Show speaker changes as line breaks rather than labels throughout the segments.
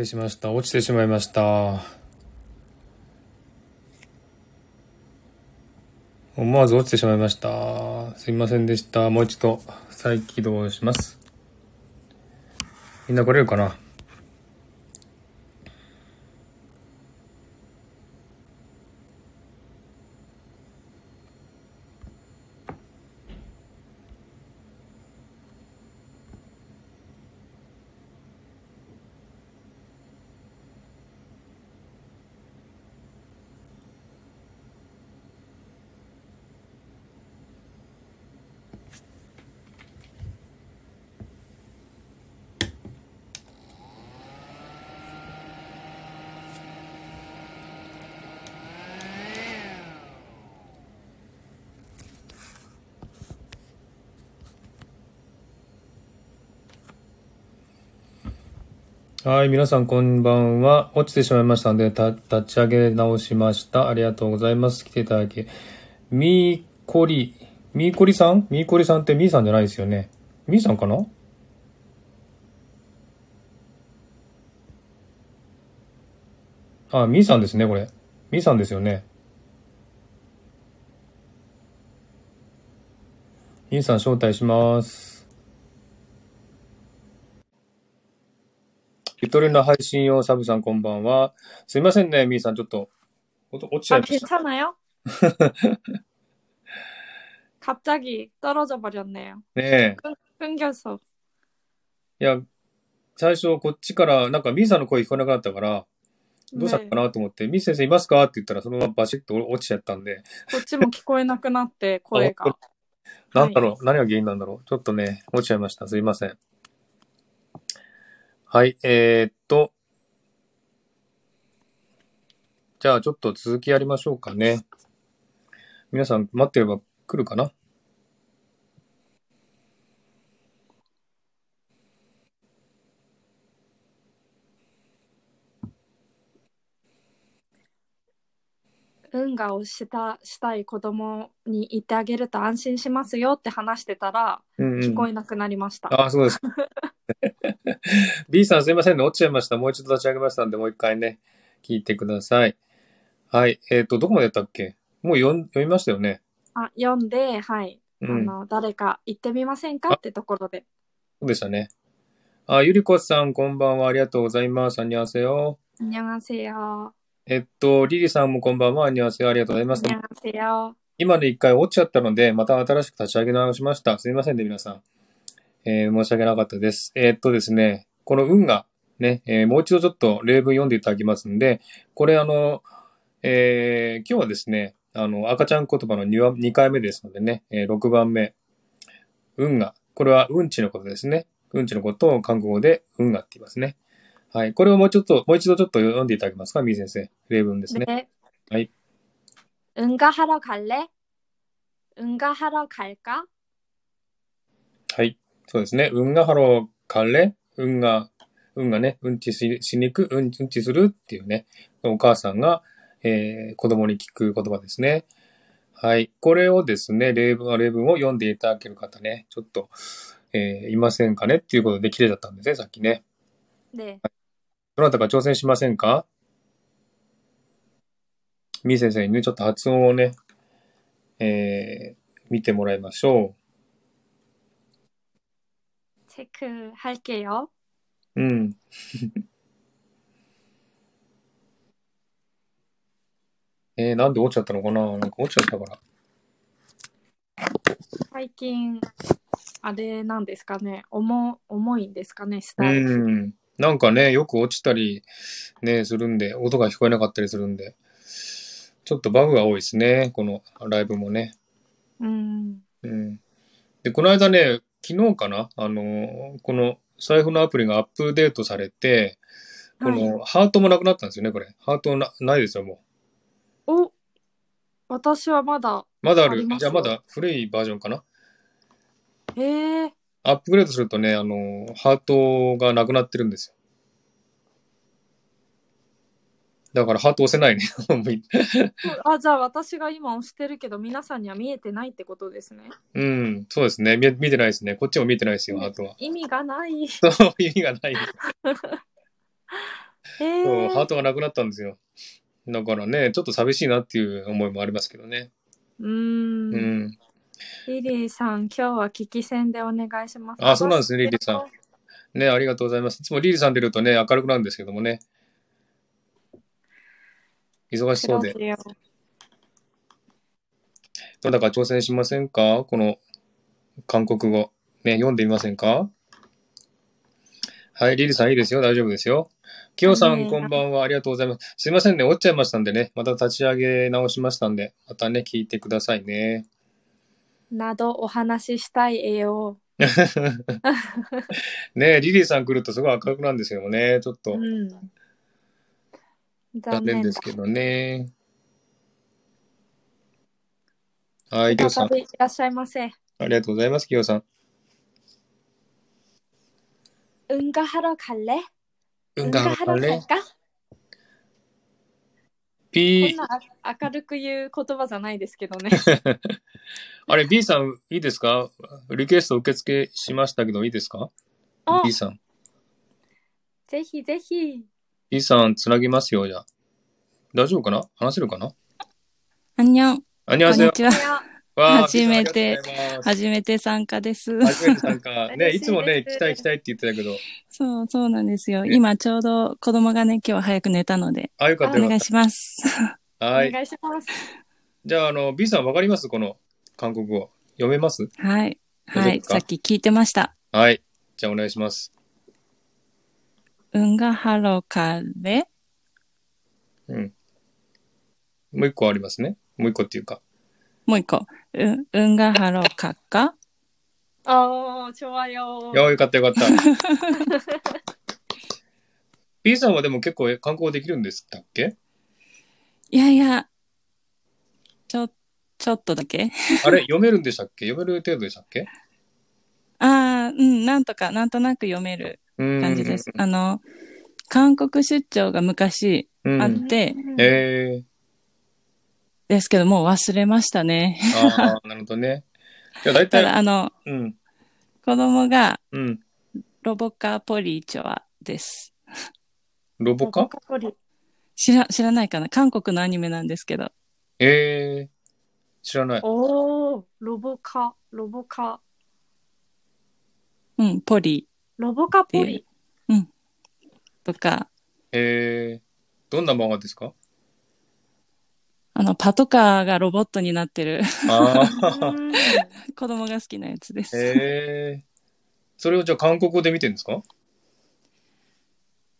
失礼しました。落ちてしまいました。思わず落ちてしまいました。すいませんでした。もう一度再起動します。みんな来れるかなはい、皆さんこんばんは。落ちてしまいましたので、た立ち上げ直しました。ありがとうございます。来ていただき。みーこり、みーこりさんみーこりさんってみーさんじゃないですよね。みーさんかなあ、みーさんですね、これ。みーさんですよね。みーさん招待します。ゆとりの配信をサブさんこんばんは。すいませんね、みーさん、ちょっと、おと落ちちゃいました。
괜찮아요? 갑자기 떨어져 버렸네요.
ねえ。
끊겨서.
いや、最初こっちから、なんかミーさんの声聞こえなくなったから、どうしたの
네.
かなと思って、ミー先生いますかって言ったら、そのままバシッと落ちちゃったんで、
고치면 기코에 나그나때
어,
고해가.
なんだろう、何が原因なんだろう。ちょっとね、落ちちゃいました。すいません。はい、えー、っと、じゃあちょっと続きやりましょうかね。皆さん待ってれば来るかな
運河をしたしたい子供に言ってあげると安心しますよって話してたら
うんう
聞
ん
こ。えなくなりました。
ああ、そう です。B さんすいませんね。落ちちゃいました。もう一度立ち上げましたんで、もう一回ね、聞いてください。はい。えっ、と、どこまでやったっけもう読ん読みましたよね。
あ読んで、はい、
う
あ
ん。そ
の誰か行ってみませんかってところで。
うでしたね。あ、ゆりこさん、こんばんは。ありがとうございます。あにゃせよ。
안녕하세요。
えっと、りりさんもこんばんは。あにゃせよ。ありがとうございます。
안녕하세요。
今の一回落ちちゃったので、また新しく立ち上げ直しました。すいませんね、皆さん。えー申し訳なかったです。えーっとですね、この運が、ね、えーもう一度ちょっと例文読んでいただきますんで、これあの、えー今日はですね、あの、赤ちゃん言葉の 2, 2回目ですのでね、え6番目、運が。これはうんちのことですね。うんちのことを韓国語で運がって言いますね。はい。これをもうちょっと、もう一度ちょっと読んでいただけますか、みー先生。例文ですね。
ね
はい
응가하러갈래응가하러갈까
はい。そうですね。運がハローカレー、運が、運がね、うんちししに行く、うん、うんちするっていうね、お母さんが、えー、子供に聞く言葉ですね。はい。これをですね、例文、例文を読んでいただける方ね、ちょっと、えーいませんかねっていうことで切れちゃったんですね、さっきね。
ね
どなたか挑戦しませんかみー先生にね、ちょっと発音をね、えー、見てもらいましょ
체크할게요.
う。うん。 えー、なんで落ちちゃったのかななんか落ちちゃったから。
最近、あれなんですかね、重重いんですかね、スタイル。
うん。なんかね、よく落ちたり、ね、するんで、音が聞こえなかったりするんで、ちょっとバグが多いですね、このライブもね。
うん。
うん。で、この間ね、昨日かなあの、この財布のアプリがアップデートされて、こ
はい。
のハートもなくなったんですよね、これ。ハートなないですよ、も
お私はまだ、
う。まだあ
あ
る。
ります
じゃあまだ古いバージョンかな
えー、
アップグレードするとね、あの、ハートがなくなってるんですよ。だからハート押せないね。 もうい
あ、じゃあ私が今押してるけど、皆さんには見えてないってことですね。
うん、そうですね。見見てないですね。こ っちも見てないですよ、ハートは。
意味がない。
そう、意味がないです。
え
うん、ハー
ー、
トがなくなったんですよ。だからね、ちょっと寂しいなっていう思いもありますけどね。
う
うん。
ーん。リリーさん、今日は聞き戦でお願いします。
あそうなんですねリリーさん。ね、ありがとうございます。いつもリリーさん出るとね、明るくなるんですけどもね。忙しそうで。どうだか挑戦しませんかこの韓国語。ね、読んでみませんかはい、リリさんいいですよ。大丈夫ですよ。キヨさ
ね
ん、
え
こんばんは。ありがとうございます。すいませんね。落ちちゃいましたんでね。また立ち上げ直しましたんで、またね、聞いてくださいね。
などお話ししたい絵を。
ねリリーさん来るとすごい明るくなるんですけどもね。ちょっと
うん。
残
残
念
念
で
だ
す。けどね。はい、キヨさん
再。びいらっしゃいませ。
ありがとうございます、キヨさん。
うんがはろかれ。
うんがは
か
れ。
か。こ
B
ん、な明るく言う言葉じゃないですけど ね。
あれ、B さん、いいですかリクエスト受付しましたけど、いいですか
あ
?B さん。
ぜひぜひ。
B さん、つなぎますよ、じゃあ。大丈夫かな話せるかな
あんにゃん、
あにゃ
こん
んせよ
に。ちは。
わー
初めて
B さんありがとうござい
初めて参加です。
ます初めて参加。ね、い
嬉しいです
つもね、来たい来たいって言ってたけど。
そう、そうなんですよ。今ちょうど子供がね、今日早く寝たので、
あ、よかっ
お
たよか
願
っ
いします。
た。
お
はい。
願いします。
じゃあ、あの、B さん、わかりますこの韓国語。読めます
はい。
大
は
丈夫
い。
ですか
さっき聞いてました。
はい。じゃあ、お願いします。
うんがはろかれ。
うん。もう一個ありますね。もう一個っていうか。
もう一個。うん、うんがはろかか。
ああ、調和よ
い。や、よかったよかった。B さんはでも結構観光できるんですだっけ
いやいや。ちょ、ちょっとだけ。
あれ、読めるんでしたっけ読める程度でしたっけ
ああ、うん、なんとか、なんとなく読める
うーん。
感じです。あの、韓国出張が昔
うん
あって、
え
ですけど、もう忘れましたね。
ー、ああ、なるほどね。じゃあ大
ただ、
体、
あの、
うん、
子供が
うん。
ロボカポリチョアです。
ロボ
ボ
か
カポリ。
知ら、知らないかな韓国のアニメなんですけど。
えー、知らない。
おお、ロボカ、ロボカ、
うん、ポリ
ロボカポリ。
とか、
えー、どんな漫画ですか
あの、パトカーがロボットになってる
あ
う
あ、
ん
子供が好きなやつです。
えー、それをじゃあ韓国語で見てるんですか。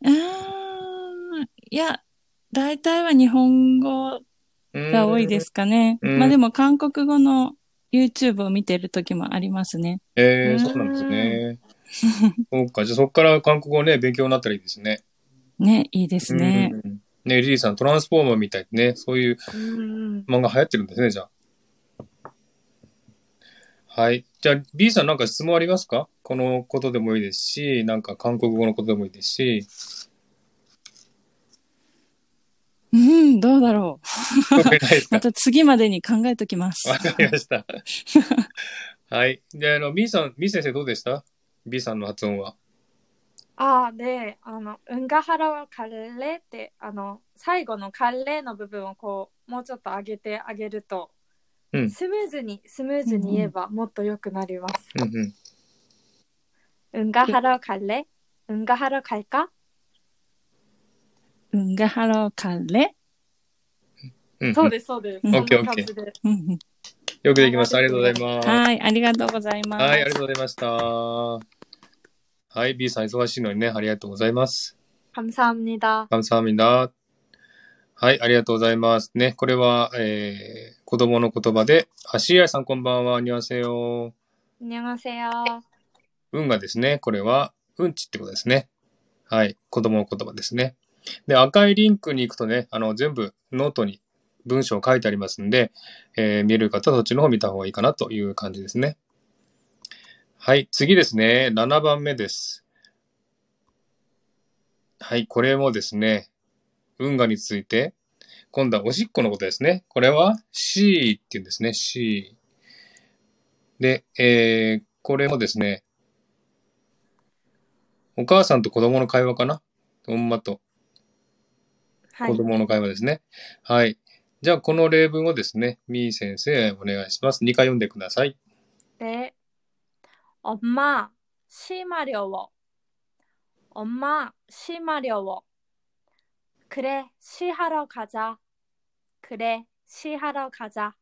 あーいや、大体は日本語が多いですすかね。
うん
まあでも韓国語の YouTube を見てる時もありますね。
えー、そうなんですね。そうか、じゃあそこから韓国語ね、勉強になったらいいですね。
ね、いいですね。
うんね、リリーさん、トランスフォーマーみたいにね、そういう
うん
漫画流行ってるんですね、じゃあ。はい。じゃあ、B さんなんか質問ありますかこのことでもいいですし、なんか韓国語のことでもいいですし。
うん、どうだろう。
わかりまし
ま
た。
た次までに考えときます。
わかりました。はい。で、あの、B さん、B 先生どうでした ?B さんの発音は。
ああ、で、あの、うんがはらカレーって、あの、最後のカレーの部分をこう、もうちょっと上げてあげると、
うん
スムーズに、スムーズに言えばもっと良くなります。
うんうん。
うんがはらカレー、うんがはらかいか、
うんがはろかれ。
うん、
そう
で
です、そうです。
うん
そんな感じで
うんうん
す。よくできました。ありがとうございます。は
はい、ありがとうございます。
い、ありがとうございました。はい、B さん忙しいのにね、ありがとうございます。
감사합니다。
감사합니다。はい、ありがとうございます。ね、これは、えー、子供の言葉で、あ、シーアイさんこんばんは、にわせよ。
안녕하세요。
運がですね、これは、うんちってことですね。はい、子供の言葉ですね。で、赤いリンクに行くとね、あの、全部ノートに文章書いてありますんで、えー、見える方はそっちの方見た方がいいかなという感じですね。はい、次ですね、7番目です。はい、これもですね、運河について、今度はおしっこのことですね。これは C っていうんですね、C。で、えー、これもですね、お母さんと子供の会話かな。女と。
はい
子。供の会話ですね。はい。じゃあ、この例文をですね、みー先生、お願いします。2回読んでください。
네. 엄마, 시 마려워. 엄마, 시 마려워. 그래, 시 하러 가자. 그래, 시 하러 가자.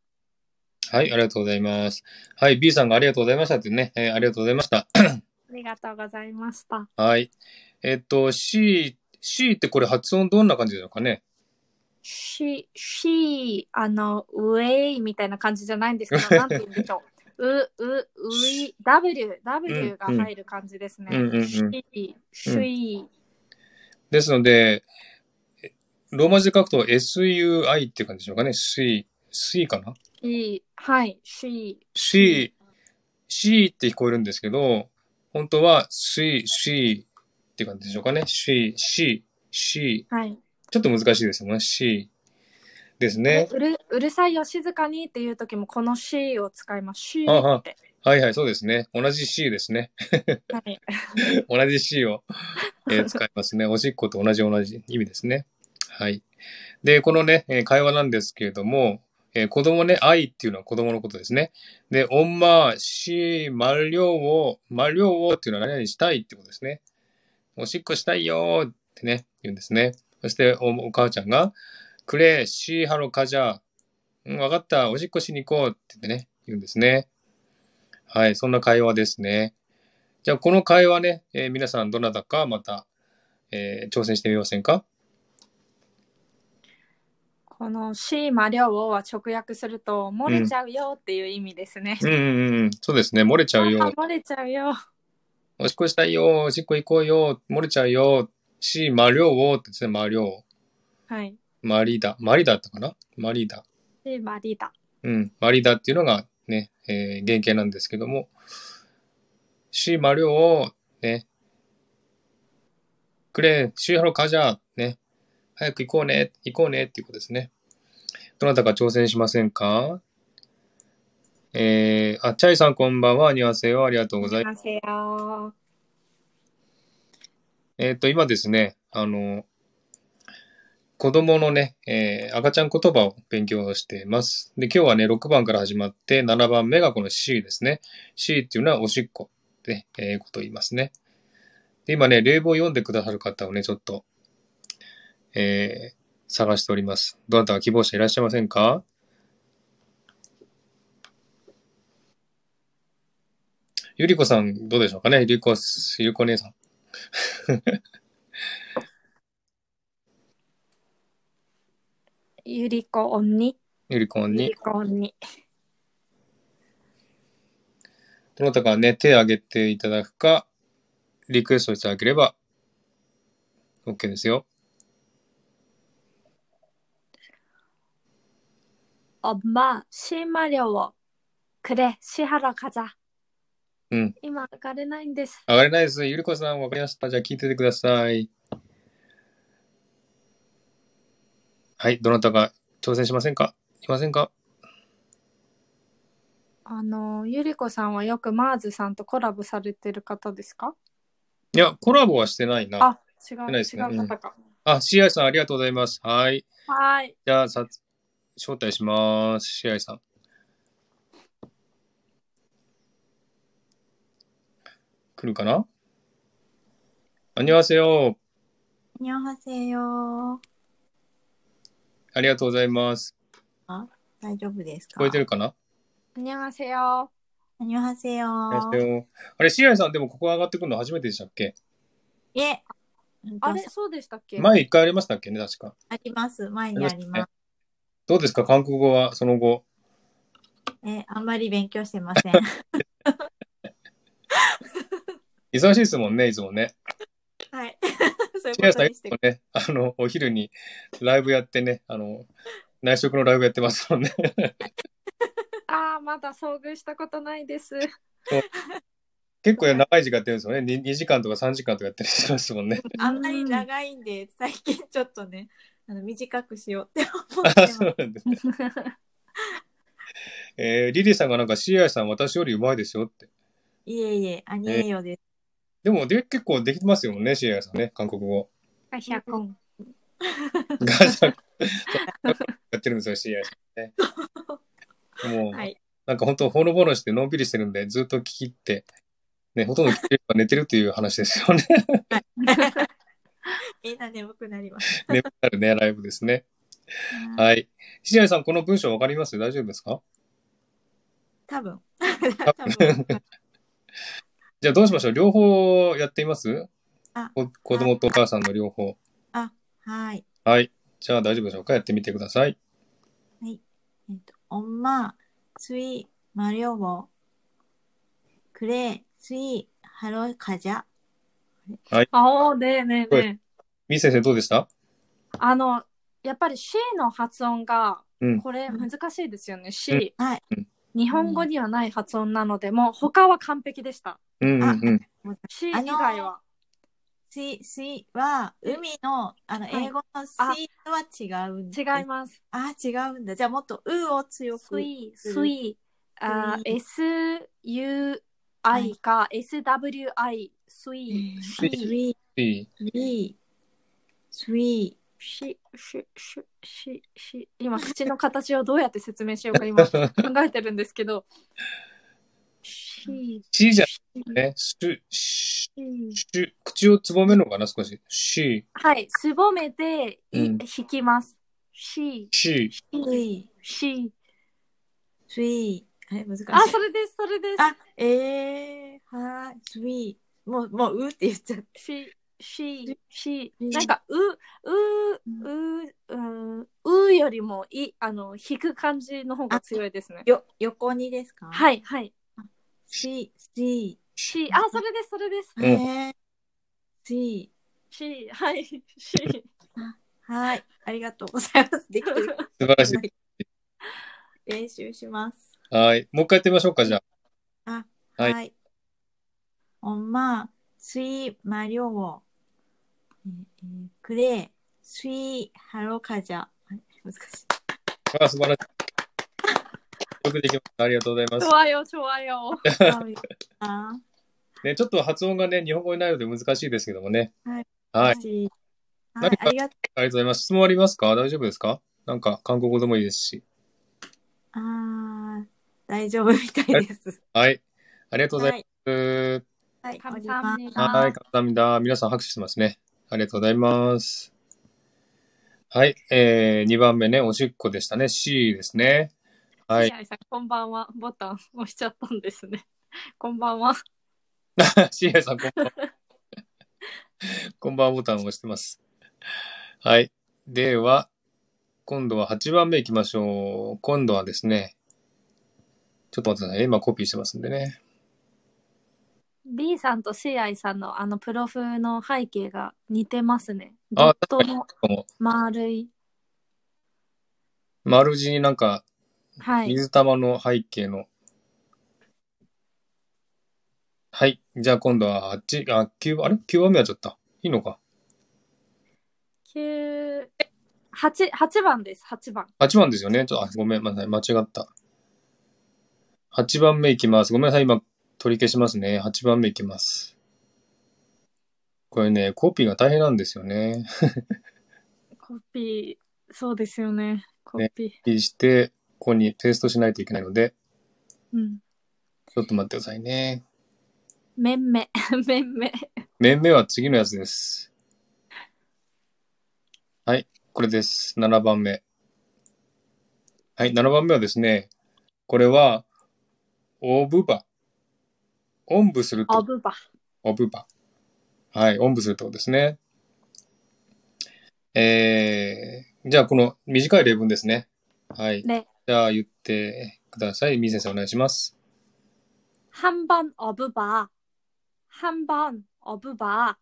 はい、ありがとうございます。はい、B さんがありがとうございましたってね、えーありがとうございました。
ありがとうございました。
はい。えっと、C、C ってこれ発音どんな感じなのかね
し、し、あの、うえいみたいな感じじゃないんですけど、なんて言うんでしょう。う、う、うい、W、W が入る感じですね。
うんうんうん
し、し、
ですので、えローマ字で書くと SUI っていう感じでしょうかね。C、C かな
し、はい、し、
?C、C って聞こえるんですけど、本当は C、C っていう感じでしょうかね。C、C、C。
はい。
ちょっと難しいですよね。C ですね。
うる、うるさいよ、静かにっていう時も、このしを使います。し
あは
って。
はいはい、そうですね。同じ C ですね。
はい。
同じ C を、えー使いますね。おしっこと同じ同じ意味ですね。はい。で、このね、えー会話なんですけれども、えー子供ね、愛っていうのは子供のことですね。で、おんま、し、まりょうを、まりょうをっていうのは何々したいってことですね。おしっこしたいよーってね、言うんですね。そしてお、お母ちゃんが、くれ、し、はろ、かじゃ、うん、わかった、おしっこしに行こうって言ってね、言うんですね。はい、そんな会話ですね。じゃあ、この会話ね、えー皆さんどなたかまた、えー挑戦してみませんか
このし、まりょうは直訳すると、漏れちゃうよっていう意味ですね。
うんうんうん。そうですね。漏れちゃう
あ
よ。
漏れちゃうよ。
おしっこしたいよ。おしっこ行こうよ。漏れちゃうよ。し、まりょうをって言ってたね、まりょ
はい。
う。まりだ。まりだったかなまりだ。
し、まりだ。
うん。まりだっていうのがね、えー原型なんですけども。し、まりょうを、ね。くれ、しはろかじゃ、ね。早く行こうね。行こうね。っていうことですね。どなたか挑戦しませんかえー、あ、チャイさんこんばんは。にわせよ。ありがとうございます
안녕하세요。
えっ、と、今ですね、あの、子供のね、えー赤ちゃん言葉を勉強しています。で、今日はね、6番から始まって、7番目がこの C ですね。C っていうのはおしっこって、ねえーことを言いますね。で、今ね、例文を読んでくださる方をね、ちょっと、えー探しております。どなたか希望者いらっしゃいませんかゆりこさん、どうでしょうかねゆりこ、ゆりこ姉さん。
ゆりこ언니。
ゆりこ
ゆ
に
り。こ언니。
どなたかね、手を挙げていただくか、リクエストいただければ、OK ですよ。
엄마시마려워。그래、시하러가자。
うん。
今上がれないんです。
上がれないです。ゆりこさん、わかりました。じゃあ聞いててください。はい、どなたか挑戦しませんかいませんか
あの、ゆりこさんはよくマーズさんとコラボされてる方ですか
いや、コラボはしてないな。
あ、違う、
てないです
違
ね
う方か。
あ、CI さん、ありがとうございます。はい。
はーい。
じゃあ、さ、招待します。試合さん。来るかなこんにちは。
안녕하세요。
ありがとうございます。
大丈夫です
聞
か
こえてるかな
こんにちは。
안녕하세요。
あれ、シアイさんでもここ上がってくるの初めてでしたっけ
いえ。
あれ、
どうぞ
そうでしたっけ
前一回ありましたっけね、確か。
あります。前にあります。
どうですか韓国語はその後。
え、あんまり勉強してま せん。
忙しいですもんね、いつもね。
はい。そういう
シア
こ
イさ
と
ん
に
い
し
つ
て
も。ね、あの、お昼にライブやってね、あの、内職のライブやってますもんね。
あー、まだ遭遇したことないです。
結構長い時間やってるんですよね。に 2, 時間とか3時間とかやったりしますもんね。
あんまり
長い。
長いんで、最近ちょっとね、あの短くしようって思って
あ
ま
そ
す。
うなんですね。えーリリーさんがなんか、シアイさん私より上手いですよって。
いえいえ、アニエよです。
でもで、結構できてますよね、シアイさんね、韓国語。
100
ガチャ、やってるんですよ、知り合いさんね。もう、
はい
なんか本当、ほのぼのして、のんびりしてるんで、ずっと聞き入って、ね、ほとんど聞いてる人は寝てるという話ですよね。
みんな眠くなります。
眠くなるね、ライブですね。はい。ひじりさん、この文章わかります大丈夫ですか
多 分。
多
多分。
じゃあどうしましょう両方やっています
あ
こ子供とお母さんの両方。
はい。
はい。じゃあ大丈夫でしょうかやってみてください。
えっと、엄마 수위 마려워. 그래, 수위 하러 가자.
あおねえねえねえ。
みー先生どうでした
あの、やっぱり C の発音が
うん、
これ難しいですよね、C。
はい
うん
日本語にはない発音なので、もう他は完璧でした。
うんうんうん。
C 以外は。
水、水は、海の、あの、
い
英語の水とは違うんです
違います。
あ、違うんだ。じゃあもっと、うを強く。
水、水、あー
sui
SUI か SWI、水、
水、水、
いい
水、水、
し、し、し、し、し、今、口の形をどうやって説明しようか、 今、考えてるんですけど。し、
しじゃね。し、し、
し
し、口をつぼめるのかな少し。し、
はい、すぼめて、い
うん
引きます。し、
し、
水、
し。
水。あれ、難しい。
あ、それです、それです。
あ、えー、はーい、水。もう、もう、うって言っちゃった。
し、し、し、
うん
なんか、う、う、う、うん、うよりも、い、あの、引く感じの方が強いですね。
よ、横にですかい。
はい、はい。
水、水。
し、あ、それです、それです。
うん
えー、水。
し、はい、 し。
はい。ありがとうございます。できてる。
素晴らしい。
練習します。
はい。もう一回やってみましょうか、じゃあ。はい
はい。엄마, 수입 마려워. 음, 그래, 수입하러 가자. 아,
あ素晴らしい。よくできました。ありがとうございま
ち
す
ょ。わよ、ちょわよ。
難しい。あ
ね、ちょっと発音がね、日本語にないので難しいですけどもね。
はい。
はい。あり
い。は
何
い、
か
ありがとう。
がとうございます。質問ありますか大丈夫ですかなんか、韓国語でもいいですし。
あー大丈夫みたいです。
はい。ありがとうございま
はい。
す。
はい、
감
어디
사합니
は
다
い、감사합니다皆さん拍手してますね。ありがとうございます。はい、えー、2番目ね、おしっこでしたね。C ですね。は。
はいい、さん、こんばんは。ボタン押しちゃったんです ね。こんばんは。
シエさん、こんば んは。こんばんはボタンを押してます。はい。では、今度は8番目行きましょう。今度はですね、ちょっと待ってくださいね。今コピーしてますんでね。
B さんと C 愛さんのあのプロフの背景が似てますね。ド
あ
ットの
この
丸い。
丸字になんか、
はい。
水玉の背景の。はい。じゃあ今度は8、あ、9、あれ ?9 番目やっちゃった。いいのか。
九八八番です。八番。
8番ですよね。ちょっと、あ、ごめんなさい。間違った。8番目いきます。ごめんなさい。今、取り消しますね。8番目いきます。これね、コピーが大変なんですよね。
コピー。そうですよね。コピー。
コピーして、ここにペーストしないといけないので、
うん。
ちょっと待ってくださいね。
めんめ。 めんめ。
面々は次のやつです。はい、これです。7番目。はい、7番目はですね、これは、おぶば。おんぶするって
あ
こと、
ぶば。
おぶば。はい、おんぶするってことですね。えー、じゃあこの短い例文ですね。はい。
ね
じゃあ言ってください。みー先生お願いします。
半番あぶば。半番あぶば。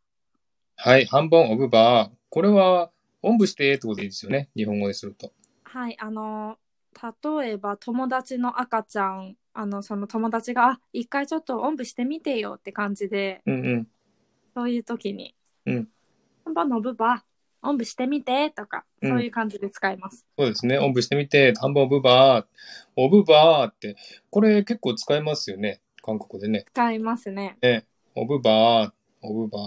はい、半分おぶば。これは、おんぶしてってことでいいですよね。日本語ですると。
はい、あの例えば友達の赤ちゃんあのその友達があ一回ちょっとおんぶしてみてよって感じで
うんうん。
そういう時に「
うん、
パパのブバおんぶしてみて」とか
うん
そういう感じで使います。
そうですね。おんぶしてみて、田んぼブバー、おぶばーって、これ結構使いますよね。韓国でね。
使いますね。
ねおぶばー、オブバー。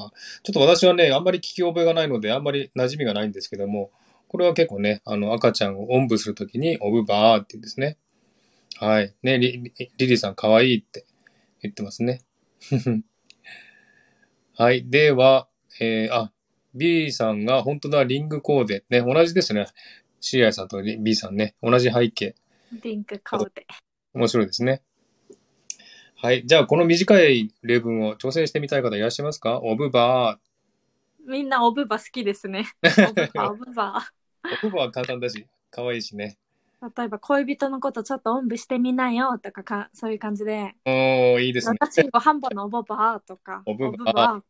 ちょっと私はね、あんまり聞き覚えがないので、あんまり馴染みがないんですけども、これは結構ね、あの、赤ちゃんをおんぶするときに、オブバーって言うんですね。はい。ね、リリリリーさん可愛いって言ってますね。 はい。では、えー、あ、B さんが本当だ、リングコーデ。ね、同じですね。シーアイさんと B さんね、同じ背景。
リンク顔で。
面白いですね。はい。じゃあ、この短い例文を挑戦してみたい方いらっしゃいますかオブバ
みんなオブバ好きです ね。オブバ、オブバ。
ー。オブバーは簡単だし、可愛いしね。
例えば恋人のことちょっとおんぶしてみなよとかか、そういう感じで。
おー、いいですね。
私ご飯ぼのオボバーとか。
オブバー
バ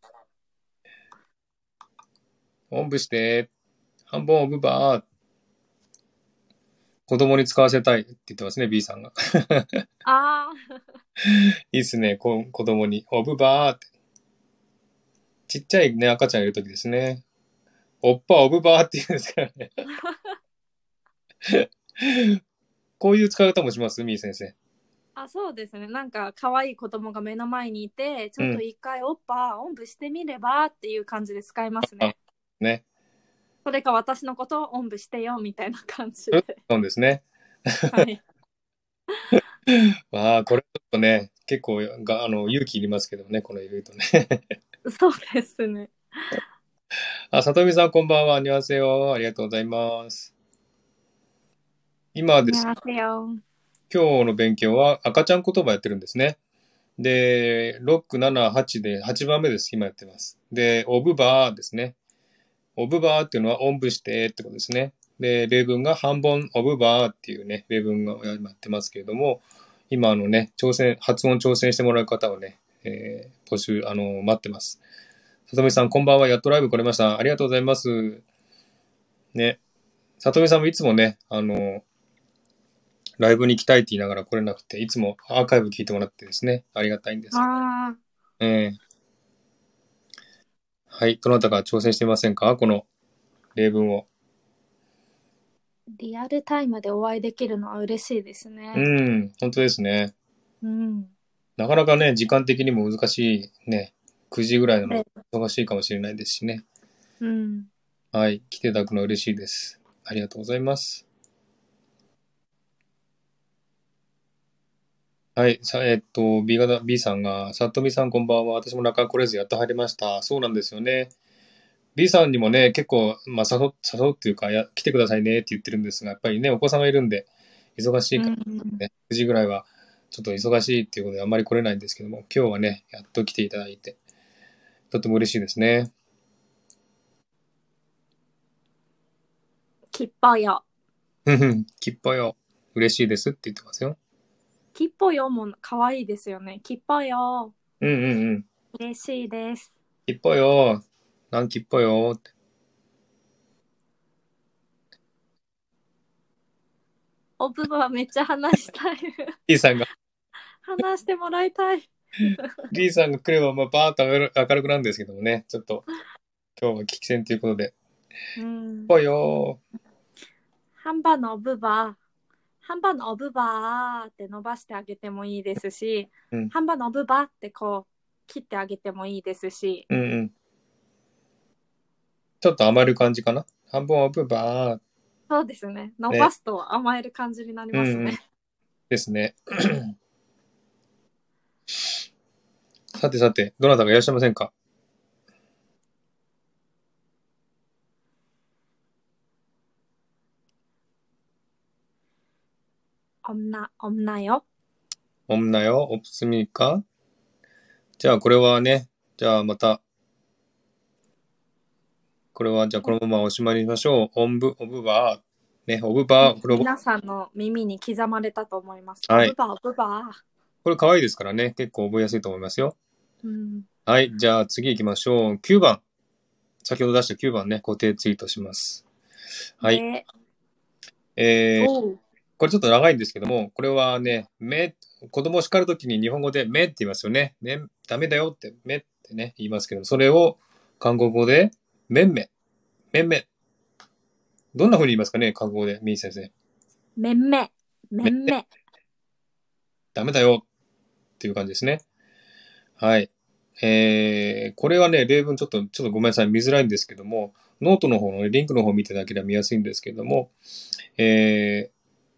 おんぶして、半分オブバー。子供に使わせたいって言ってますね、B さんが。
ー。あ
いいっすね、こ子供に。オブバーって。ちっちゃいね、赤ちゃんいるときですね。おっぱオブバーって言うんですからね。こういう使い方もします、みー先生。
あ。あ、そうですね。なんか可愛い子供が目の前にいて、ちょっと一回おっぱおんぶしてみればっていう感じで使いますね。
ね。
それか私のことをおんぶしてよみたいな感じ
え
で。
そうですね。
はい。
わあ、これちょっとね、結構があの勇気いりますけどね、この言うとね。
そうですね。
あ、さとみさん、こんばんは。にわせよ。ありがとうございます。今です。
幸せよ。
今日の勉強は赤ちゃん言葉やってるんですね。で、6、7、8で8番目です。今やってます。で、オブバーですね。オブバーっていうのはおんぶしてってことですね。で、例文が半本オブバーっていうね、例文が今やってますけれども、今あのね、挑戦、発音挑戦してもらう方をね、えー募集、あの、待ってます。さとみさん、こんばんは。やっとライブ来れました。ありがとうございます。ね。さとみさんもいつもね、あの、ライブに行きたいって言いながら来れなくて、いつもアーカイブ聞いてもらってですね、ありがたいんです。
ああ。
ええはい。どなたか挑戦してみませんかこの例文を。
リアルタイムでお会いできるのは嬉しいです
う
ね。
ん、本当ですね。
うん。
なかなかね、時間的にも難しいね。9時ぐらいな
は
の
い
忙しいかもしれないですしね。
うん。
はい。来ていただくの嬉しいです。ありがとうございます。はい。さえっと、B 型、B さんが、さとみさんこんばんは。私も中来れずやっと入りました。そうなんですよね。B さんにもね、結構、まあ、誘う、誘うっていうか、や来てくださいねって言ってるんですが、やっぱりね、お子さんがいるんで、忙しいから
うん
ね、9時ぐらいはちょっと忙しいっていうことであんまり来れないんですけども、今日はね、やっと来ていただいて、とても嬉しいですね。
きっぽよ。
うんうんきっぽよ。嬉しいですって言ってますよ。
きっぽよも可愛いですよね。きっぽよ。
うんうんうん。
嬉しいです。
きっぽよ。なんきっぽよって。
オブバはめっちゃ話したい。
リーさんが、
話してもらいたい。
リーさんが来れば、まあ、バーッと明る明るくなるんですけどもね、ちょっと、今日は危機戦ということで。
うん
きっ。ぽよ。
ハンバーのオブバハンバーのオブバーって伸ばしてあげてもいいですし、
うん
ハンバーのオブバーってこう切ってあげてもいいですし、
うんうん。ちょっと余る感じかな。半分オブバー
そうですね。伸ばすと甘える感じになりますね。
うんうんですね。 さてさて、どなたかいらっしゃいませんか
女、女よ。
おんなよ、おつみかじゃあこれはね、じゃあまた、これはじゃあこのままおしまいにしましょう。おんぶ、おぶばー。ね、おぶばー。これ、
皆さんの耳に刻まれたと思います。
はい
オブバー、オブバ
これ可愛いですからね、結構覚えやすいと思いますよ。
ー。うん。
はい、じゃあ次行きましょう。9番。先ほど出した9番ね、固定ツイートします。はい。
で
えー、
おう
これちょっと長いんですけども、これはね、め、子供を叱るときに日本語でめって言いますよね。め、ダメだよって、めってね、言いますけど、それを韓国語で、めんめ、めんめ。どんな風に言いますかね、韓国語で、みー先生。
めんめ、めんめ。
ダメだよっていう感じですね。はい。えーこれはね、例文ちょっと、ちょっとごめんなさい、見づらいんですけども、ノートの方のねリンクの方を見ていただければ見やすいんですけども、え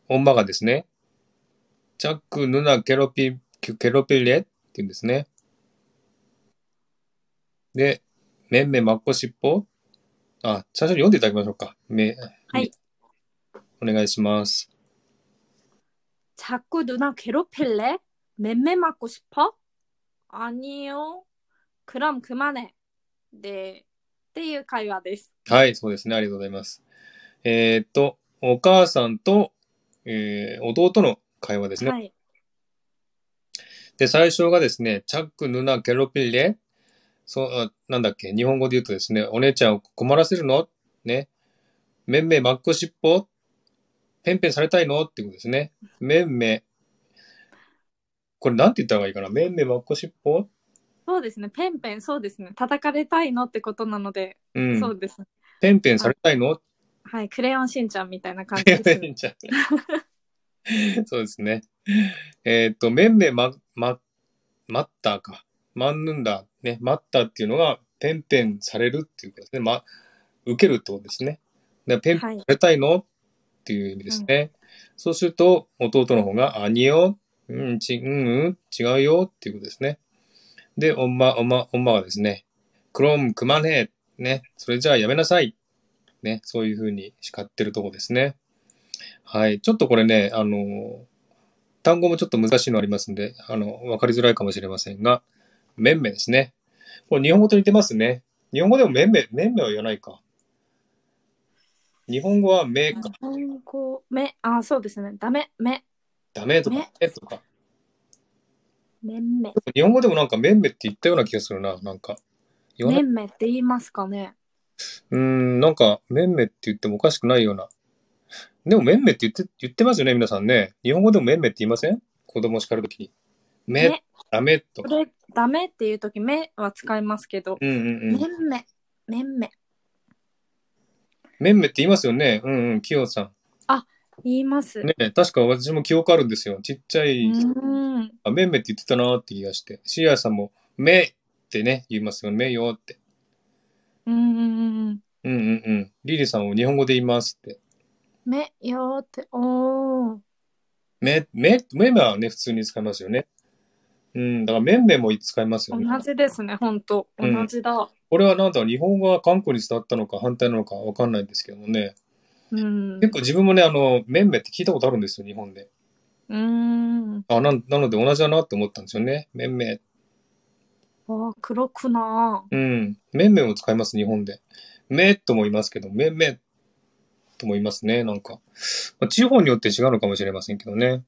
ー、音場がですね、チャック、ヌナ、ケロピ、ケロピレって言うんですね。で、メンメ、マッコ、シッポ。あ、最初に読んでいただきましょうか。め
はい。
お願いします。
자꾸 누나 괴롭힐래? 맴매 맞고 싶어? 아니요. 그럼 그만해. 네.っていう会話です。
はい、そうですね。ありがとうございます。えーっと、お母さんと、えー弟の会話ですね。
はい。
で、最初がですね、チャック、ヌナ、ケロピレ。そう、あなんだっけ、日本語で言うとですね、お姉ちゃんを困らせるのね。めんめ、まっこしっぽペンペンされたいのっていうことですね。めんめ。これなんて言った方がいいかなめんめ、まっこしっぽ
そうですね。ペンペン、そうですね。叩かれたいのってことなので、
うん。
そうですね。
ペンペンされたいの
はい。クレヨンしんちゃんみたいな感じ
ペン
です
ペ。ンちゃん。そうですね。えっ、と、めんめま、ま、まったか。まんぬんだ。ね、まったっていうのが、ペンペンされるっていうことですね。ま、受けるってことですね。でペンペン
はい
されたいのっていう意味ですね。そうすると、弟の方が、あによ。うん、ち、うん、うん、違うよっていうことですね。で、おんま、おんま、おんまがですね、クローム、くまねえ。ね、それじゃあやめなさい。ね、そういうふうに叱ってるとこですね。はい。ちょっとこれね、あの、単語もちょっと難しいのありますんで、あの、わかりづらいかもしれませんが、めんめですね。これ日本語と似てますね。日本語でもめんめ、めんめは言わないか。日本語はめか、
日本語、目、あ、そうですね。ダメ、目、
ダメとか
ね、
えとか。
めんめ。
日本語でもなんかめんめって言ったような気がするな、なんか。言わな
め
い
んめって言いますかね。
うーん、なんか、めんめって言ってもおかしくないような。でも、めんめって言って、言ってますよね、皆さんね。日本語でもめんめって言いません子供を叱るときに。め、
め、
ダメと
こ
か。
れ、ダメっていうとき、めは使いますけど、
うんうんう
め
ん。
んめ、めんめ。
めんめって言いますよね。うんうん、きよさ
言います。
ん。ねえ確か私も記憶あるんですよ。ちっちゃ
う
い、
ーん。
あめんめって言ってたなーって気がして。シーアさんも、めってね、言いますよね。めよーって。
うんうんうん。
うんうんうん。リリーさんも日本語で言いますって。
めよーって、おー。
め、め、めめはね、普通に使いますよね。うん、だからめんめも使いますよね。
同じですね、ほんと。
うん
同じだ。
これはなんだろう日本語が韓国に伝わったのか反対なのかわかんないんですけどもね。
うん。
結構自分もね、あの、めんめって聞いたことあるんですよ、日本で。
うーん。
あ、なん、なので同じだなって思ったんですよね。めんめ。
ああ、黒くなー
うん。めんめも使います、日本で。めとも言いますけど、めんめとも言いますね、なんか。まあ、地方によって違うのかもしれませんけどね。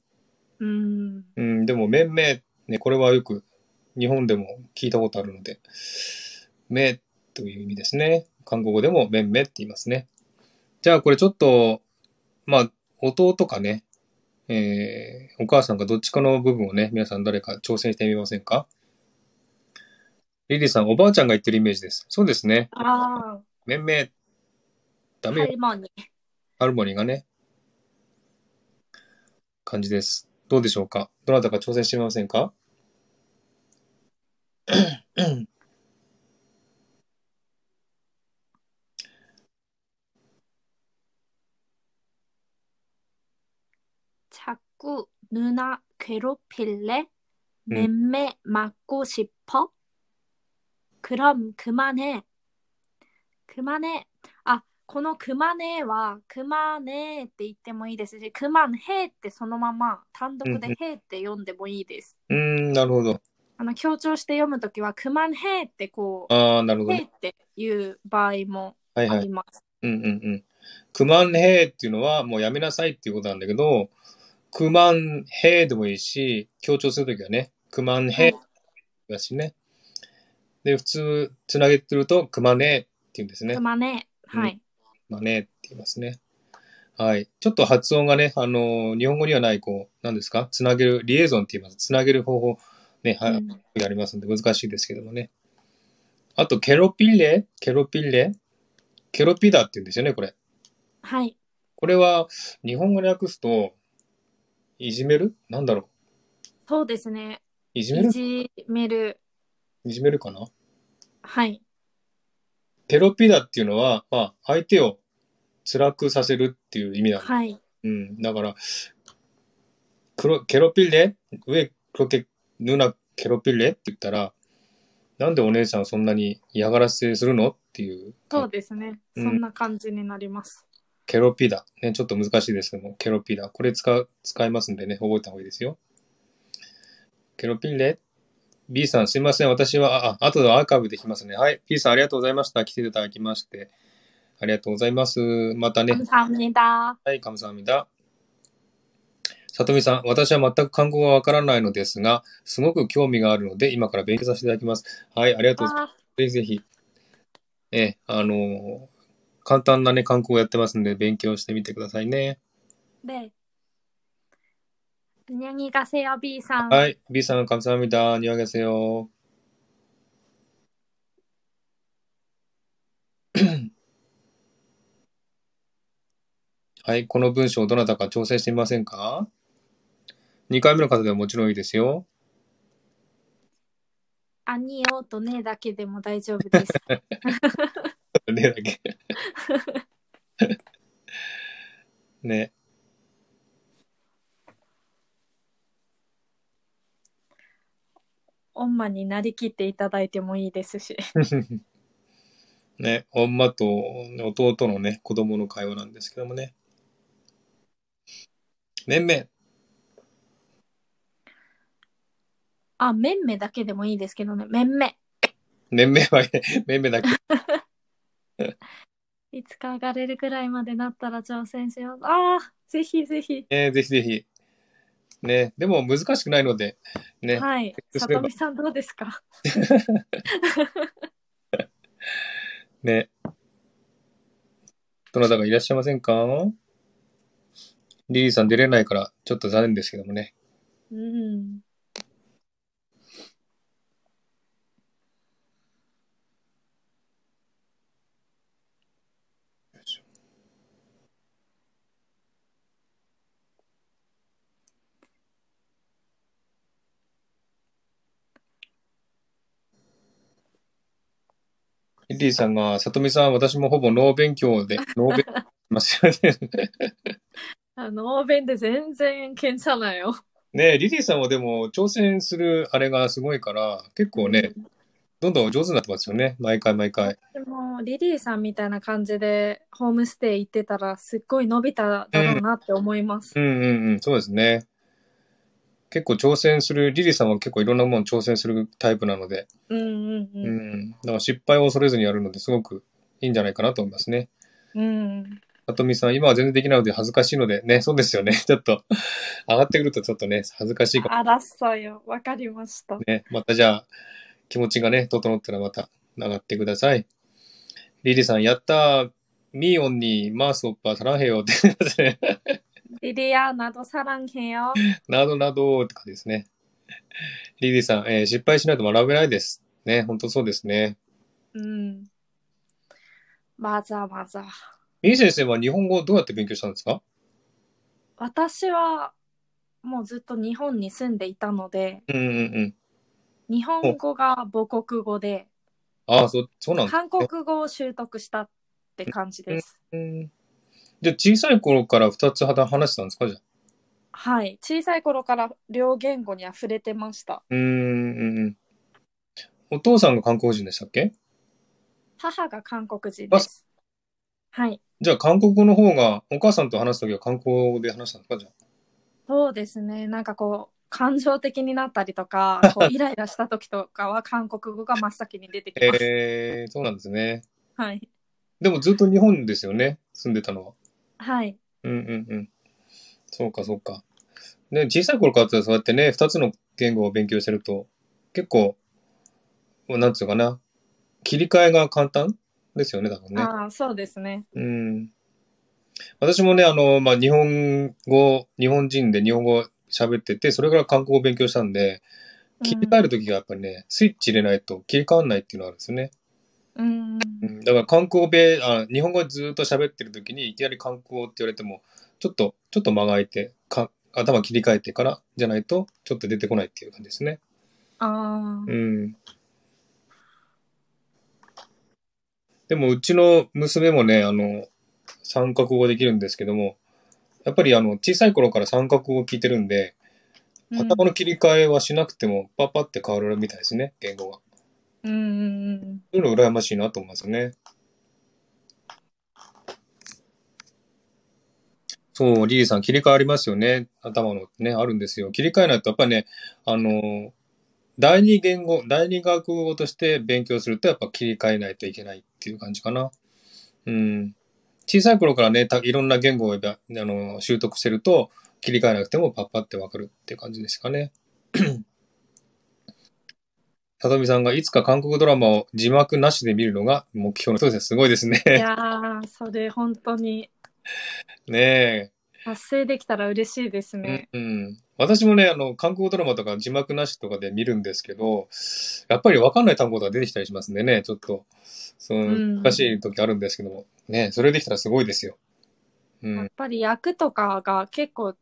うん。
うん、でも、めんめ、ね、これはよく日本でも聞いたことあるので、めという意味ですね。韓国語でもめんめって言いますね。じゃあ、これちょっと、まあ、弟かね、えー、お母さんがどっちかの部分をね、皆さん誰か挑戦してみませんかリリーさん、おばあちゃんが言ってるイメージです。そうですね。
ああ、
めんめ、ダメよ
ハ。リモニ。
ハルモニーがね、感じです。どうでしょうかどなたか挑戦してみませんか
자꾸 누나 괴롭힐래? 맴매 맞고 싶어? 그럼 그만해. 그만해. 아,この그만해 は그만해 って言ってもいいですし、그만해 ってそのまま単独
うんう
でへって読んでもいいです。
うーん、なるほど。
あの強調して読むときは그만해ってこ
ああ、なるほ
う、
ど
へ
ね。
っていう場合も
はい
あ
は
り
い。
ます。
うんうんうん。クマンヘイっていうのはもうやめなさいっていうことなんだけど、クマンヘイでもいいし、強調するときはね、クマンヘイだしね。で、普通、つなげてると、クマネーって言うんですね。
그만해。はい。
まあねって言いますね。はい。ちょっと発音がね、あのー日本語にはない、こう、何ですかつなげる、リエゾンって言います。つなげる方法、ね、は、
うん
ありますんで、難しいですけどもね。あと、ケロピレケロピレケロピダって言うんですよね、これ。
はい。
これは、日本語に訳すと、いじめるなんだろう
そうですね。
いじめ
い
る
じめる。
いじめるかな
はい。
テロピだっていうのは、まあ、相手を辛くさせるっていう意味なの。
はい。
うん。だから、クロ、ケロピレ上、クロケ、ヌナ、ケロピレって言ったら、なんでお姉さんそんなに嫌がらせするのっていう。
そうですね。
う
そ
ん
んな感じになります。
ケロピダ。ね、ちょっと難しいですけども、ケロピダ。これ使う、使いますんでね、覚えた方がいいですよ。ケロピレ ?B さん、すいません。私は、あ、あ後でアーカイブできますね。はい。B さん、ありがとうございました。来ていただきまして。ありがとうございます。またね
감사합니다。
はい、감사합니다。さとみさん、私は全く韓国語がわからないのですが、すごく興味があるので、今から勉強させていただきます。はい、ありがとうございま
あ
す。ぜひぜひ。ええ、あのー簡単なね、韓国語やってますんで、勉強してみてくださいね。
ーね。안녕히가세요 B さん。
はい、B さん、감사합니다。안녕하계세요。はい、この文章どなたか調整してみませんか ?2 回目の方でももちろんいいですよ。
あによとねだけでも大丈 夫です。
ねだけ。 ね。
オンマになりきっていただいてもいいですし。
ね。女と弟のね、子供の会話なんですけどもね。めんめん。
あ、めんめだけでもいいですけどね。めんめ。
めんめんは、めんめんだけ。
いつか上がれるくらいまでなったら挑戦しよう。ああ、ぜひぜひ。
ね、 ぜひぜひ。ね。でも難しくないので、ね。
はい。
チェック
さ
すれ
と
ば
みさんどうですか
ね。どなたかいらっしゃいませんかリリーさん出れないから、ちょっと残念ですけどもね。
うん。
リリーさんが、さとみさん、私もほぼ脳勉強で、脳勉強しますよね。
あの、欧弁で全然けんちゃなよ。
ねリリーさんはでも挑戦するあれがすごいから、結構ね、どんどん上手になってますよね。毎回毎回。
でも、リリーさんみたいな感じでホームステイ行ってたら、すっごい伸びただろうなって思います。
うんうんうん、そうですね。結構挑戦する、リリーさんは結構いろんなもの挑戦するタイプなので、
うんうん
う。
うん
だから失敗を恐れずにやるのですごくいいんじゃないかなと思いますね。
ん。うん。
さとみさん、今は全然できないので恥ずかしいので、ね、そうですよね。 ちょっと、上がってくるとちょっとね、恥ずかしいかも。
あらっさよ。わかりました。
ね、またじゃあ、気持ちがね、整ったらまた上がってください。リリーさん、やったーミーオンにマースオッパーサランヘヨって言って ますね、
リリアなどさらんへよ。
などなどって感じですね。リリーさん、えー失敗しないと学べないです。ね、本当そうですね。
うん。まざまざ。
ミー先生は日本語をどうやって勉強したんですか
私は、もうずっと日本に住んでいたので、
うんうんうん。
日本語が母国語で、
ああ、そ、そうなんだ。
韓国語を習得したって感じです。
うんじゃあ小さい頃から二つ話してたんですかじゃあ。
はい。小さい頃から両言語に溢れてました。
うんうんうん。お父さんが韓国人でしたっけ
母が韓国人です。はい。
じゃあ韓国語の方が、お母さんと話すときは韓国語で話したんですかじゃあ。
そうですね。なんかこう、感情的になったりと か、こうイライラした時とかは韓国語が真っ先に出てきます。
えー、そうなんですね。
はい。
でもずっと日本ですよね、住んでたのは。
はい。
うんうんうん。そうかそうか。ね、小さい頃からそうやってね、二つの言語を勉強してると、結構、なんつうかな、切り替えが簡単ですよね、多分ね。
ああ、そうですね。
うん。私もね、あの、まあ、日本語、日本人で日本語喋ってて、それから韓国語を勉強したんで、切り替えるときがやっぱりね、スイッチ入れないと切り替わんないっていうのがあるんですよね。
うん。
うんだから韓国語べあ日本語ずっと喋ってる時にいきなり韓国語って言われてもちょっとちょっと間が空いてか頭切り替えてからじゃないとちょっと出てこないっていう感じですね。
ああ
う。ん。でも、うちの娘もね、あの、三角語できるんですけども、やっぱりあの、小さい頃から三角語を聞いてるんで、
うん
頭の切り替えはしなくても、パッパって変わるみたいですね、言語が。
うんうんうん。
そういうの羨ましいなと思いますね。そう、リリーさん、切り替わりますよね。頭のね、あるんですよ。切り替えないと、やっぱりね、あの、第二言語、第二学語として勉強すると、やっぱ切り替えないといけないっていう感じかな。うん。小さい頃からね、たいろんな言語をやあの習得してると、切り替えなくてもパッパってわかるっていう感じですかね。 さとみさんがいつか韓国ドラマを字幕なしで見るのが目標のそうですね。すごいですね。
いやー、それ本当に
ね
達成できたら嬉しいですね
え。。うん。私もね、あの、韓国ドラマとか字幕なしとかで見るんですけど、やっぱりわかんない単語とか出てきたりしますんでね、ちょっと、その
うん
難しい時あるんですけども、ねえそれできたらすごいですよ。う
やっ
ん。
ぱり役とかが結構違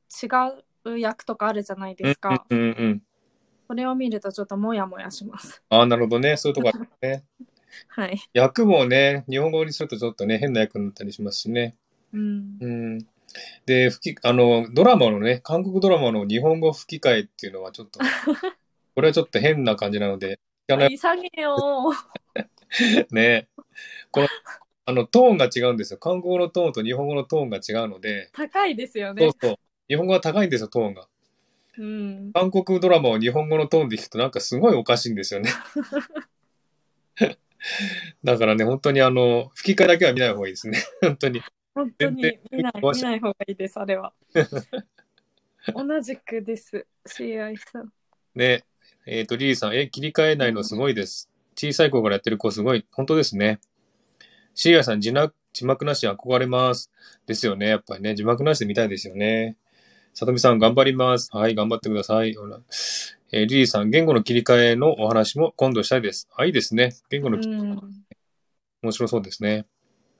う役とかあるじゃないですか。
うんうんうん。
それを見るとちょっとモヤモヤします。
ああ、なるほどね。そういうとこあるね。
はい。
役もね、日本語にするとちょっとね、変な役になったりしますしね。
うん。
うん。で、吹き、あの、ドラマのね、韓国ドラマの日本語吹き替えっていうのはちょ っと、これはちょっと変な感じなので、聞かない
潔げを。
ね。この、あの、トーンが違うんですよ。韓国語のトーンと日本語のトーンが違うので、
高いですよ
そ
ね
う。そう。日本語は高いんですよ、トーンが。
うん。
韓国ドラマを日本語のトーンで聞くとなんかすごいおかしいんですよね。だからね、本当にあの、吹き替えだけは見ない方がいいですね。 本当に。
本当に見ない、
全然
見ない方がいいです、あ れは。同じくです、CI さ ん。
ね、えっ、と、リリーさん、え、切り替えないのすごいです。小さい子からやってる子すごい、本当ですね。シーアさん、字幕字幕なし憧れます。ですよね、やっぱりね、字幕なしで見たいですよね。さとみさん、頑張ります。はい、頑張ってください。ほらえーリリーさん、言語の切り替えのお話も今度したいです。あ、いいですね。言語
う
の切り替え、
ん。
面白そうですね。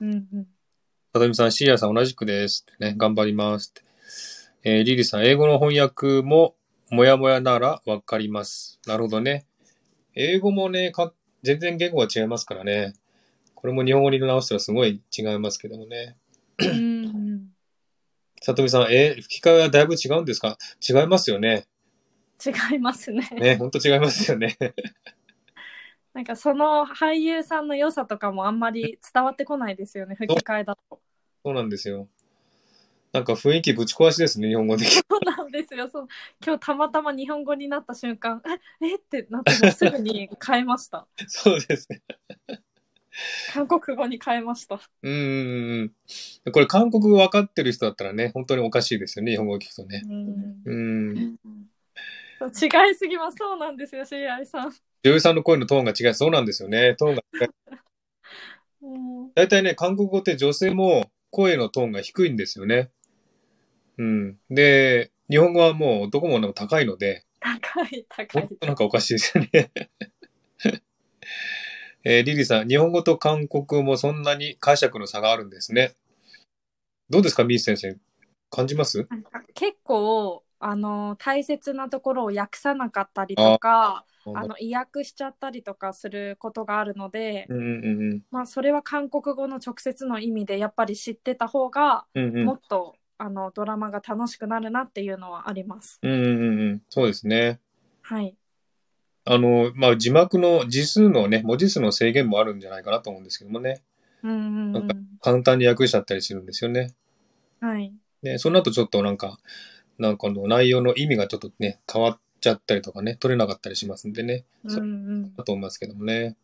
うんうん。
さとみさん、シーアさん同じくです。ね、頑張ります。えーリリーさん、英語の翻訳も、もやもやならわかります。なるほどね。英語もね、か全然言語が違いますからね。これも日本語に直したらすごい違いますけどもね。
うんうん
さとみさん、えー吹き替えはだいぶ違うんですか違いますよね。
違いますね。
ね、ほんと違いますよね。
なんかその俳優さんの良さとかもあんま り伝わってこないですよね、吹き替えだと。
そうなんですよ。なんか雰囲気ぶち壊しですね、日本語で。
そうなんですよ。そう今日たまたま日本語になった瞬間、 ええってなってもうすぐに変えま した。
そうですね。
韓国語に変えました。
うんうんうん。これ韓国語わかってる人だったらね、本当におかしいですよね、日本語を聞くとね。
うん、
うん。
そう違いすぎます。そうなんですよ、CI さん。
女優さんの声のトーンが違い、そうなんですよね。トーンが違い。
うん
大体ね、韓国語って女性も声のトーンが低いんですよね。うん。で、日本語はもう男も女も高いので、
高い、高
本
い。
当なんかおかしいですよね。 えーリリーさん、日本語と韓国語もそんなに解釈の差があるんですね。どうですか、ミース先生。感じます
なんか結構あの大切なところを訳さなかったりとかあの意訳しちゃったりとかすることがあるので、
うんうんうん
まあ、それは韓国語の直接の意味でやっぱり知ってた方が
うんうん
も。っと、あのドラマが楽しくなるなっていうのはあります。
うんうんうんうん。そうですね。
はい、
あの、まあ、字幕の字数のね、文字数の制限もあるんじゃないかなと思うんですけどもね。
うんうん
な
うんん
簡単に訳しちゃったりするんですよね。
はい、
で、その後ちょっとなんか、なんかあの内容の意味がちょっとね、変わっちゃったりとかね、取れなかったりしますんでね、
うんうん
だと思いますけどもね。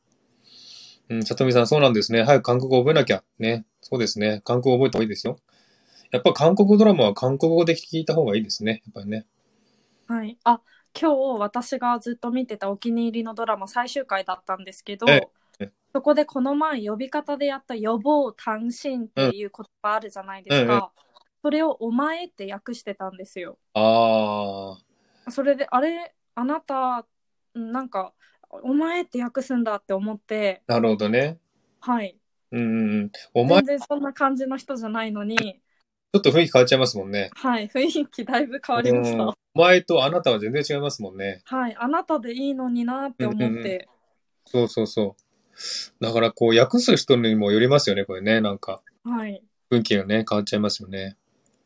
うん、さとみさん、そうなんですね。早く韓国語覚えなきゃ。ね。そうですね。韓国語覚えた方がいいですよ。やっぱ韓国ドラマは韓国語で聞いた方がいいですね。やっぱりね。
はい、あ今日私がずっと見てたお気に入りのドラマ最終回だったんですけど
えええ
そこでこの前呼び方でやった「予防単身」っていう言葉あるじゃないですか、それを「お前」って訳してたんですよ。
あ
それであれあなたうんなんか「お前」って訳すんだって思って
ー、なるほどね。
はい
うんうんうん。お前、
全
ち
然そんな感じの人じゃないのに
ょっと雰囲気変わっちゃいますもんね。
はい雰囲気だいぶ変わりまし
うん
た。
お前とあなたは全然違いますもんね。
はいあなたでいいのになって思って、
そうそうそう。だからこう、訳す人にもよりますよね、これね。なんか、
はい。
運気がね、変わっちゃいますよね。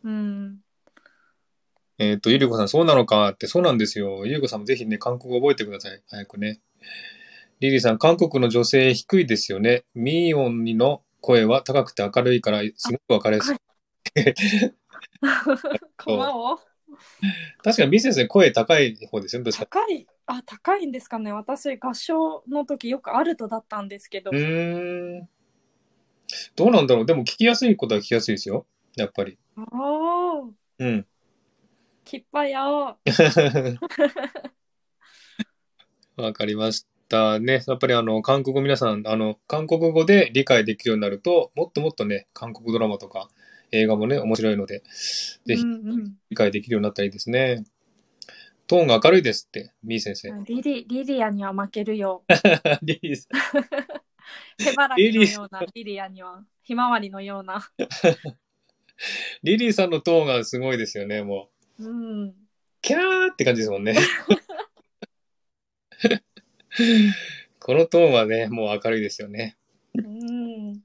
うん。
えっ、と、ゆりこさん、そうなのかって、そうなんですよ。ゆりこさんもぜひね、韓国語覚えてください。早くね。リリーさん、韓国の女性低いですよね。ミーオンの声は高くて明るいから、すごくわかりやすい。
こまを
確かにミス先生、声高い方ですよね、確か
高い、あ、高いんですかね。私、合唱の時よくアルトだったんですけど
に。う。ーん。どうなんだろう。でも、聞きやすいことは聞きやすいですよ。やっぱり。
おー、
うん。
きっぱやお。
わかりましたね。やっぱりあの、韓国皆さん、あの、韓国語で理解できるようになると、もっともっとね、韓国ドラマとか映画もね、面白いので、ぜひ
うんうん
理解できるようになったらいいですね。トーンが明るいですって、みー先生。
リリリリアには負けるよ。
リリーさん
手ばらきのようなリリアには、ひまわりのような。
リリーさんのトーンがすごいですよね、もう。
うん。
キャーって感じですも んね。 このトーンはね、もう明るいですよね。
うん。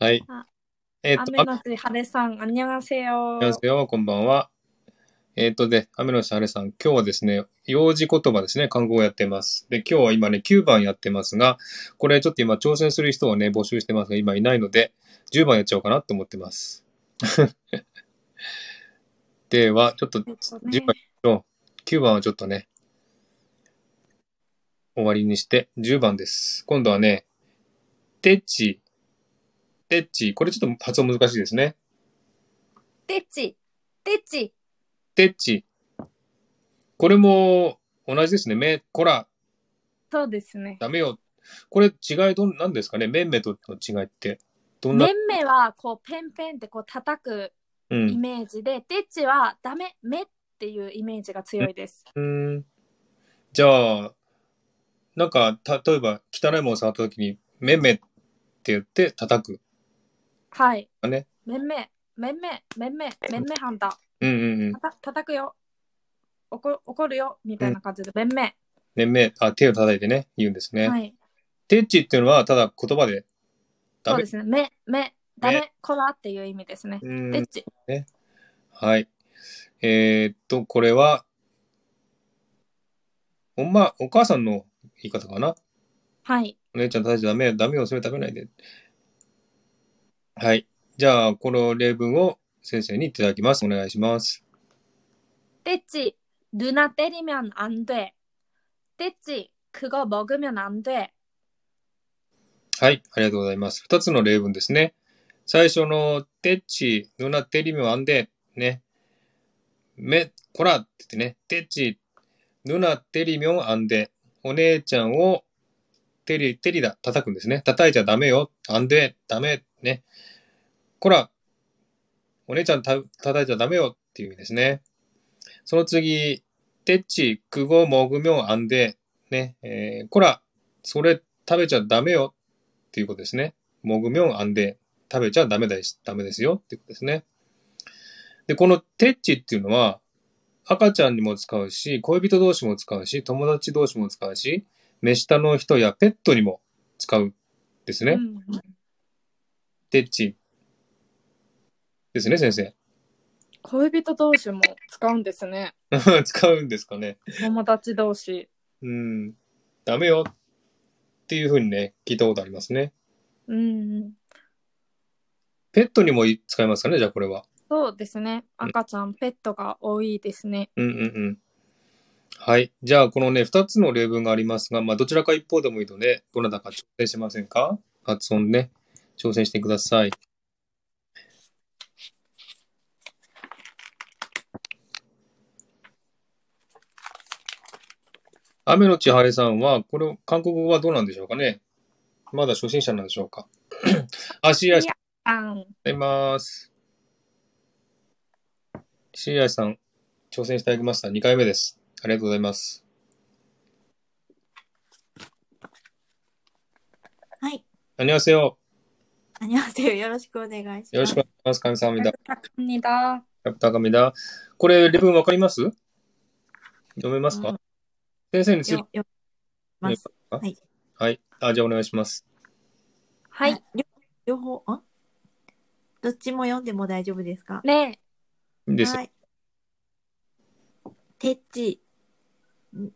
はい
あ。
えっと、
雨のち晴れさん、あんにゃがせよ
こん。にちは、こんばんは。えっ、とで、雨の晴れさん、今日はですね、幼児言葉ですね、韓国語をやってます。で、今日は今ね、9番やってますが、これちょっと今挑戦する人をね、募集してますが、今いないので、10番やっちゃおうかなと思ってます。 では、ちょっと
えっと
10
ね
番と、9番はちょっとね、終わりにして、10番です。今度はね、てっち、てっち、これちょっと発音難しいですね。
てち、てち。
テッチ。これも同じですね。め、こら、
そうですね。
ダメよ。これ違いどん、なんですかねめんめとの違いって。どんな、
めんめは、こう、ペンペンってこう叩く
う
イ
ん。
メージで、てちは、ダメ、めっていうイメージが強いです。
うんじゃあ、なんか、た例えば、汚いものを触った時に、めんめって言って叩く。
はい。
ね。
めんめ、めんめ、めんめ、めんめはんだ。
うんうんうん
た。た叩くよ。おこ怒るよ。みたいな感じで、めんめ。
めんめ、あ、手を叩いてね、言うんですね。
はい。
テッチっていうのは、ただ言葉で、
そ
ダ
う
メ
で。すね。め、め、ダ
め
メ、こらっていう意味ですね。
うん
てち。
はい。えーっと、これは、おんま、お母さんの言い方かな。
はい。
お姉ちゃんたちダメよ、ダメよ、それ食べないで。はい。じゃあ、この例文を先生にいただきます。お願いします。
떼찌, 누나 때리면 안 돼. 떼찌, 그거 먹으면 안 돼.
はい、ありがとうございます。二つの例文ですね。最初の、てっち、ぬなてりみょあんで、ね。め、こらって言ってね、てっち、ぬなてりみょあんで、お姉ちゃんを、てり、てりだ、叩くんですね。叩いちゃダメよ、あんで、ダメ、ね。こら、お姉ちゃんた叩いちゃダメよっていう意味ですね。その次、てっち、くごもぐみょあんで、ね。えーこら、それ食べちゃダメよっていうことですね。もぐみょんあんで食べちゃダメだし、ダメですよっていうことですね。で、このてっちっていうのは、赤ちゃんにも使うし、恋人同士も使うし、友達同士も使うし、目下の人やペットにも使うんですね。
음,
てっちですね、先生。
恋人同士も使うんですね。
使うんですかね。
友達同士。
うん。ダメよっていうふうにね、聞いたことありますね。
うん、
ペットにもい使いますかね、じゃあこれは。
そうですね。赤ちゃん、ペットが多いですね。
うんうんうん。はい。じゃあ、このね、二つの例文がありますが、まあ、どちらか一方でもいいので、どなたか挑戦しませんか発音ね、挑戦してください。雨のちはれさんは、これ、韓国語はどうなんでしょうかねまだ初心者なんでしょうか 足足
あん、
ございます。シーアイさん、挑戦していただきました。2回目です。ありがとうございます。
はい。
안녕하세요。
あにせよ。よろしくお願いします。
よろしくお願いします。神様だ。
감니だ。
高見だ。これ、例文わかります読めますか、
うん
先生につい
よよます。
あ
はい。
はい。あ、じゃあお願いします。
はい。
両方、んどっちも読んでも大丈夫ですか
ねえ。
いいですよ。
はい。てっち。ん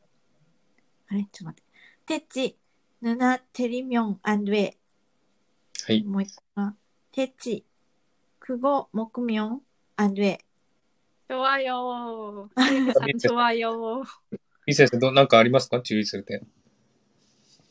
あれちょっと待って。てっち、ぬな、てりみょん、あんるえ。
はい。
もう一個な。てっち、くご、もくみょん、あんるえ。
좋아요。さ ん、좋아요。
いい先生、ど、なんかありますか注意する点。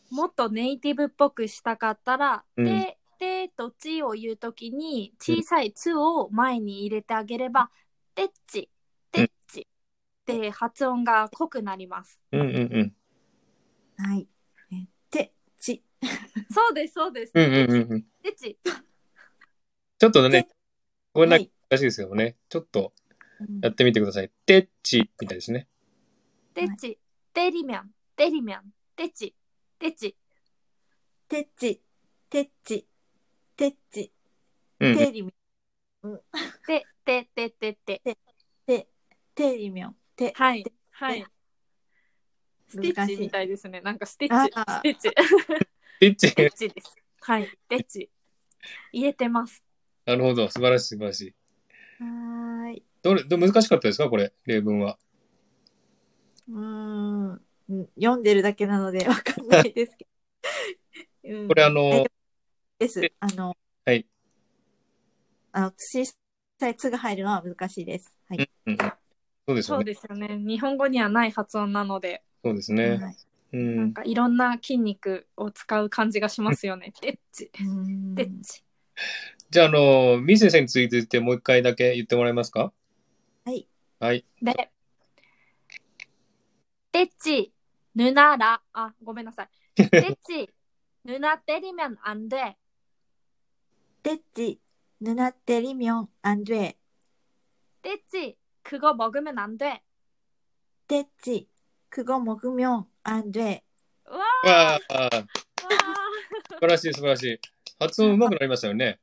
もっとネイティブっぽくしたかったら、
うん
で、でとちを言うときに、小さいつを前に入れてあげれば、でっち、でっちって発音が濃くなります。
うんうんうん。
はい。えて、ち。
そうです、そうです。
うんうんうんうん。
でっち。
ちょっとね
で、
これなんか
はい
難しいですけどもね、ちょっと
うん
やってみてください。てっちみたいですね。
でっち、でりみゃん、でりみゃん、でっち、でっち。
てっち、てっち、てっち、
うんうん。
てりみ
で、で、で、で、で。
て、てりみょん、て、
はい。はい。スティッ
難し
チ
い
みたいですね。なんかスティッチ、
あー
スティッ チ、
てっち
デ。ッチです。はい、デッチ。言えてます。
なるほど。素晴らしい素晴らしい。
はーい。
どれ、ど難しかったですかこれ、例文は。
うーん。うん読んでるだけなのでわかんないですけど。 うん
これあの、
です。あの、
はい。
あの、小さい「つ」が入るのは難しいです。は
うん
い。
うんうん。そうですよ
そう
ね。
ですよね。日本語にはない発音なので、
そうですね。
はい、
う
なん
ん。
かいろんな筋肉を使う感じがしますよね。デッチ、
うーん
デッチ。
じゃあ、あの、みー先生についてもう一回だけ言ってもらえますか
はい。
はい。
で、デッチ、ぬなら、あ、ごめんな さい。デッチ、ぬなてりめんあんで、
てっち、ぬなってりみょん、あんどえ。
デッチ、くご먹으면안で。
てっち、くごもぐみょん、あんどえ。
うわ
わあ、
ー わ
素晴らしい素晴らしい。発音上手くなりましたよね。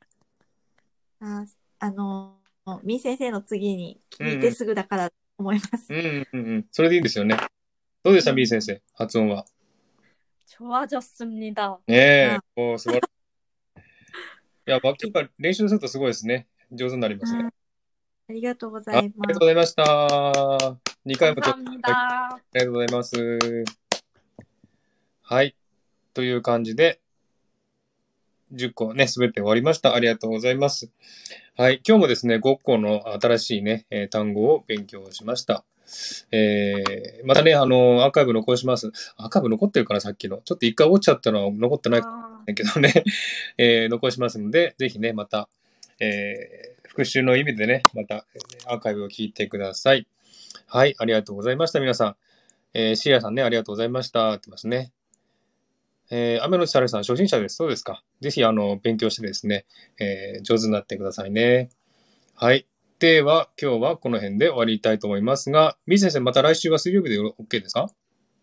あーあのー、みー先生の次に聞いてすぐだからと思います。
うんうんうんうん。それでいいんですよね。どうでした、みー先生発音は。
ー좋아졌습니다。
ねえ。もう素晴らしい。いや、ばっかり練習するとすごいですね。上手になりますね。
はいありがとうござ
ああ
い
りが
ま
とう
す
ご。ざいました。2回もちょっと。
감사합니다。
ありがとうございます。はい。という感じで、10個ね、すべて終わりました。ありがとうございます。はい。今日もですね、5個の新しいね、えー単語を勉強しました。えー、またね、あのアーカイブ残します。アーカイブ残ってるから、さっきの。ちょっと一回落ちちゃったのは残ってないかも
あ
し
ー
れないけどね、 えー残しますので、ぜひね、また、えー復習の意味でね、また、アーカイブを聞いてください。はい。ありがとうございました、皆さん。えー、シーラさんね、ありがとうございました。ってますね。えー、雨のちされさん、初心者です。そうですか。ぜひ、あの、勉強してですね、えー、上手になってくださいね。はい。では、今日はこの辺で終わりたいと思いますが、水先生、また来週は水曜日でよろ OK ですか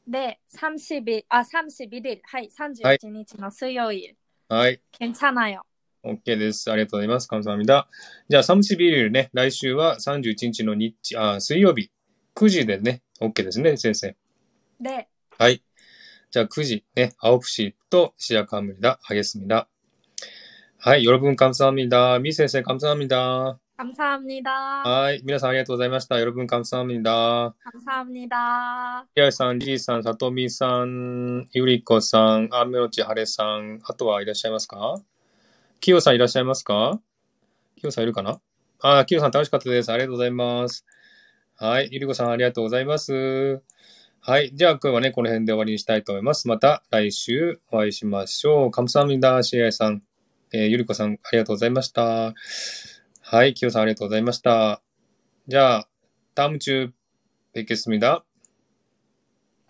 で、30日、あ、31日、は
は
い、
い
31日の水曜日、
はい。
괜찮아요。よ
OK です。ありがとうございます。感謝합니다。じゃあ、サムシビールね、来週は31日の日、あ、水曜日、9時でね、OK ですね、先生。
で、
はい。じゃあ9時ね、아홉시 또 시작합니다. 하겠습니다.はい、여러분감사합니다ミー先生감사합니다
감사합니다。
はい、皆さんありがとうございました。여러분감사합니다
감사합니다。
ひらりさん、リリーさん、さとみさん、ゆりこさん、あめのちはれさん、あとはいらっしゃいますかきよさんいらっしゃいますかきよさんいるかなあー、きよさん楽しかったです。ありがとうございます。はい、ゆりこさんありがとうございます。はい、じゃあ今日はね、この辺で終わりにしたいと思います。また来週お会いしましょう。かむさみだ、しあいさん、えーゆりこさんありがとうございました。はい、きよさんありがとうございました。じゃあ、ターム中、뵙겠습니다。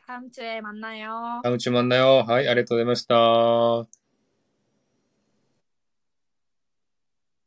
다음 주에 만나요。
다음 주 만나요. 하이, 아리토 데마시다.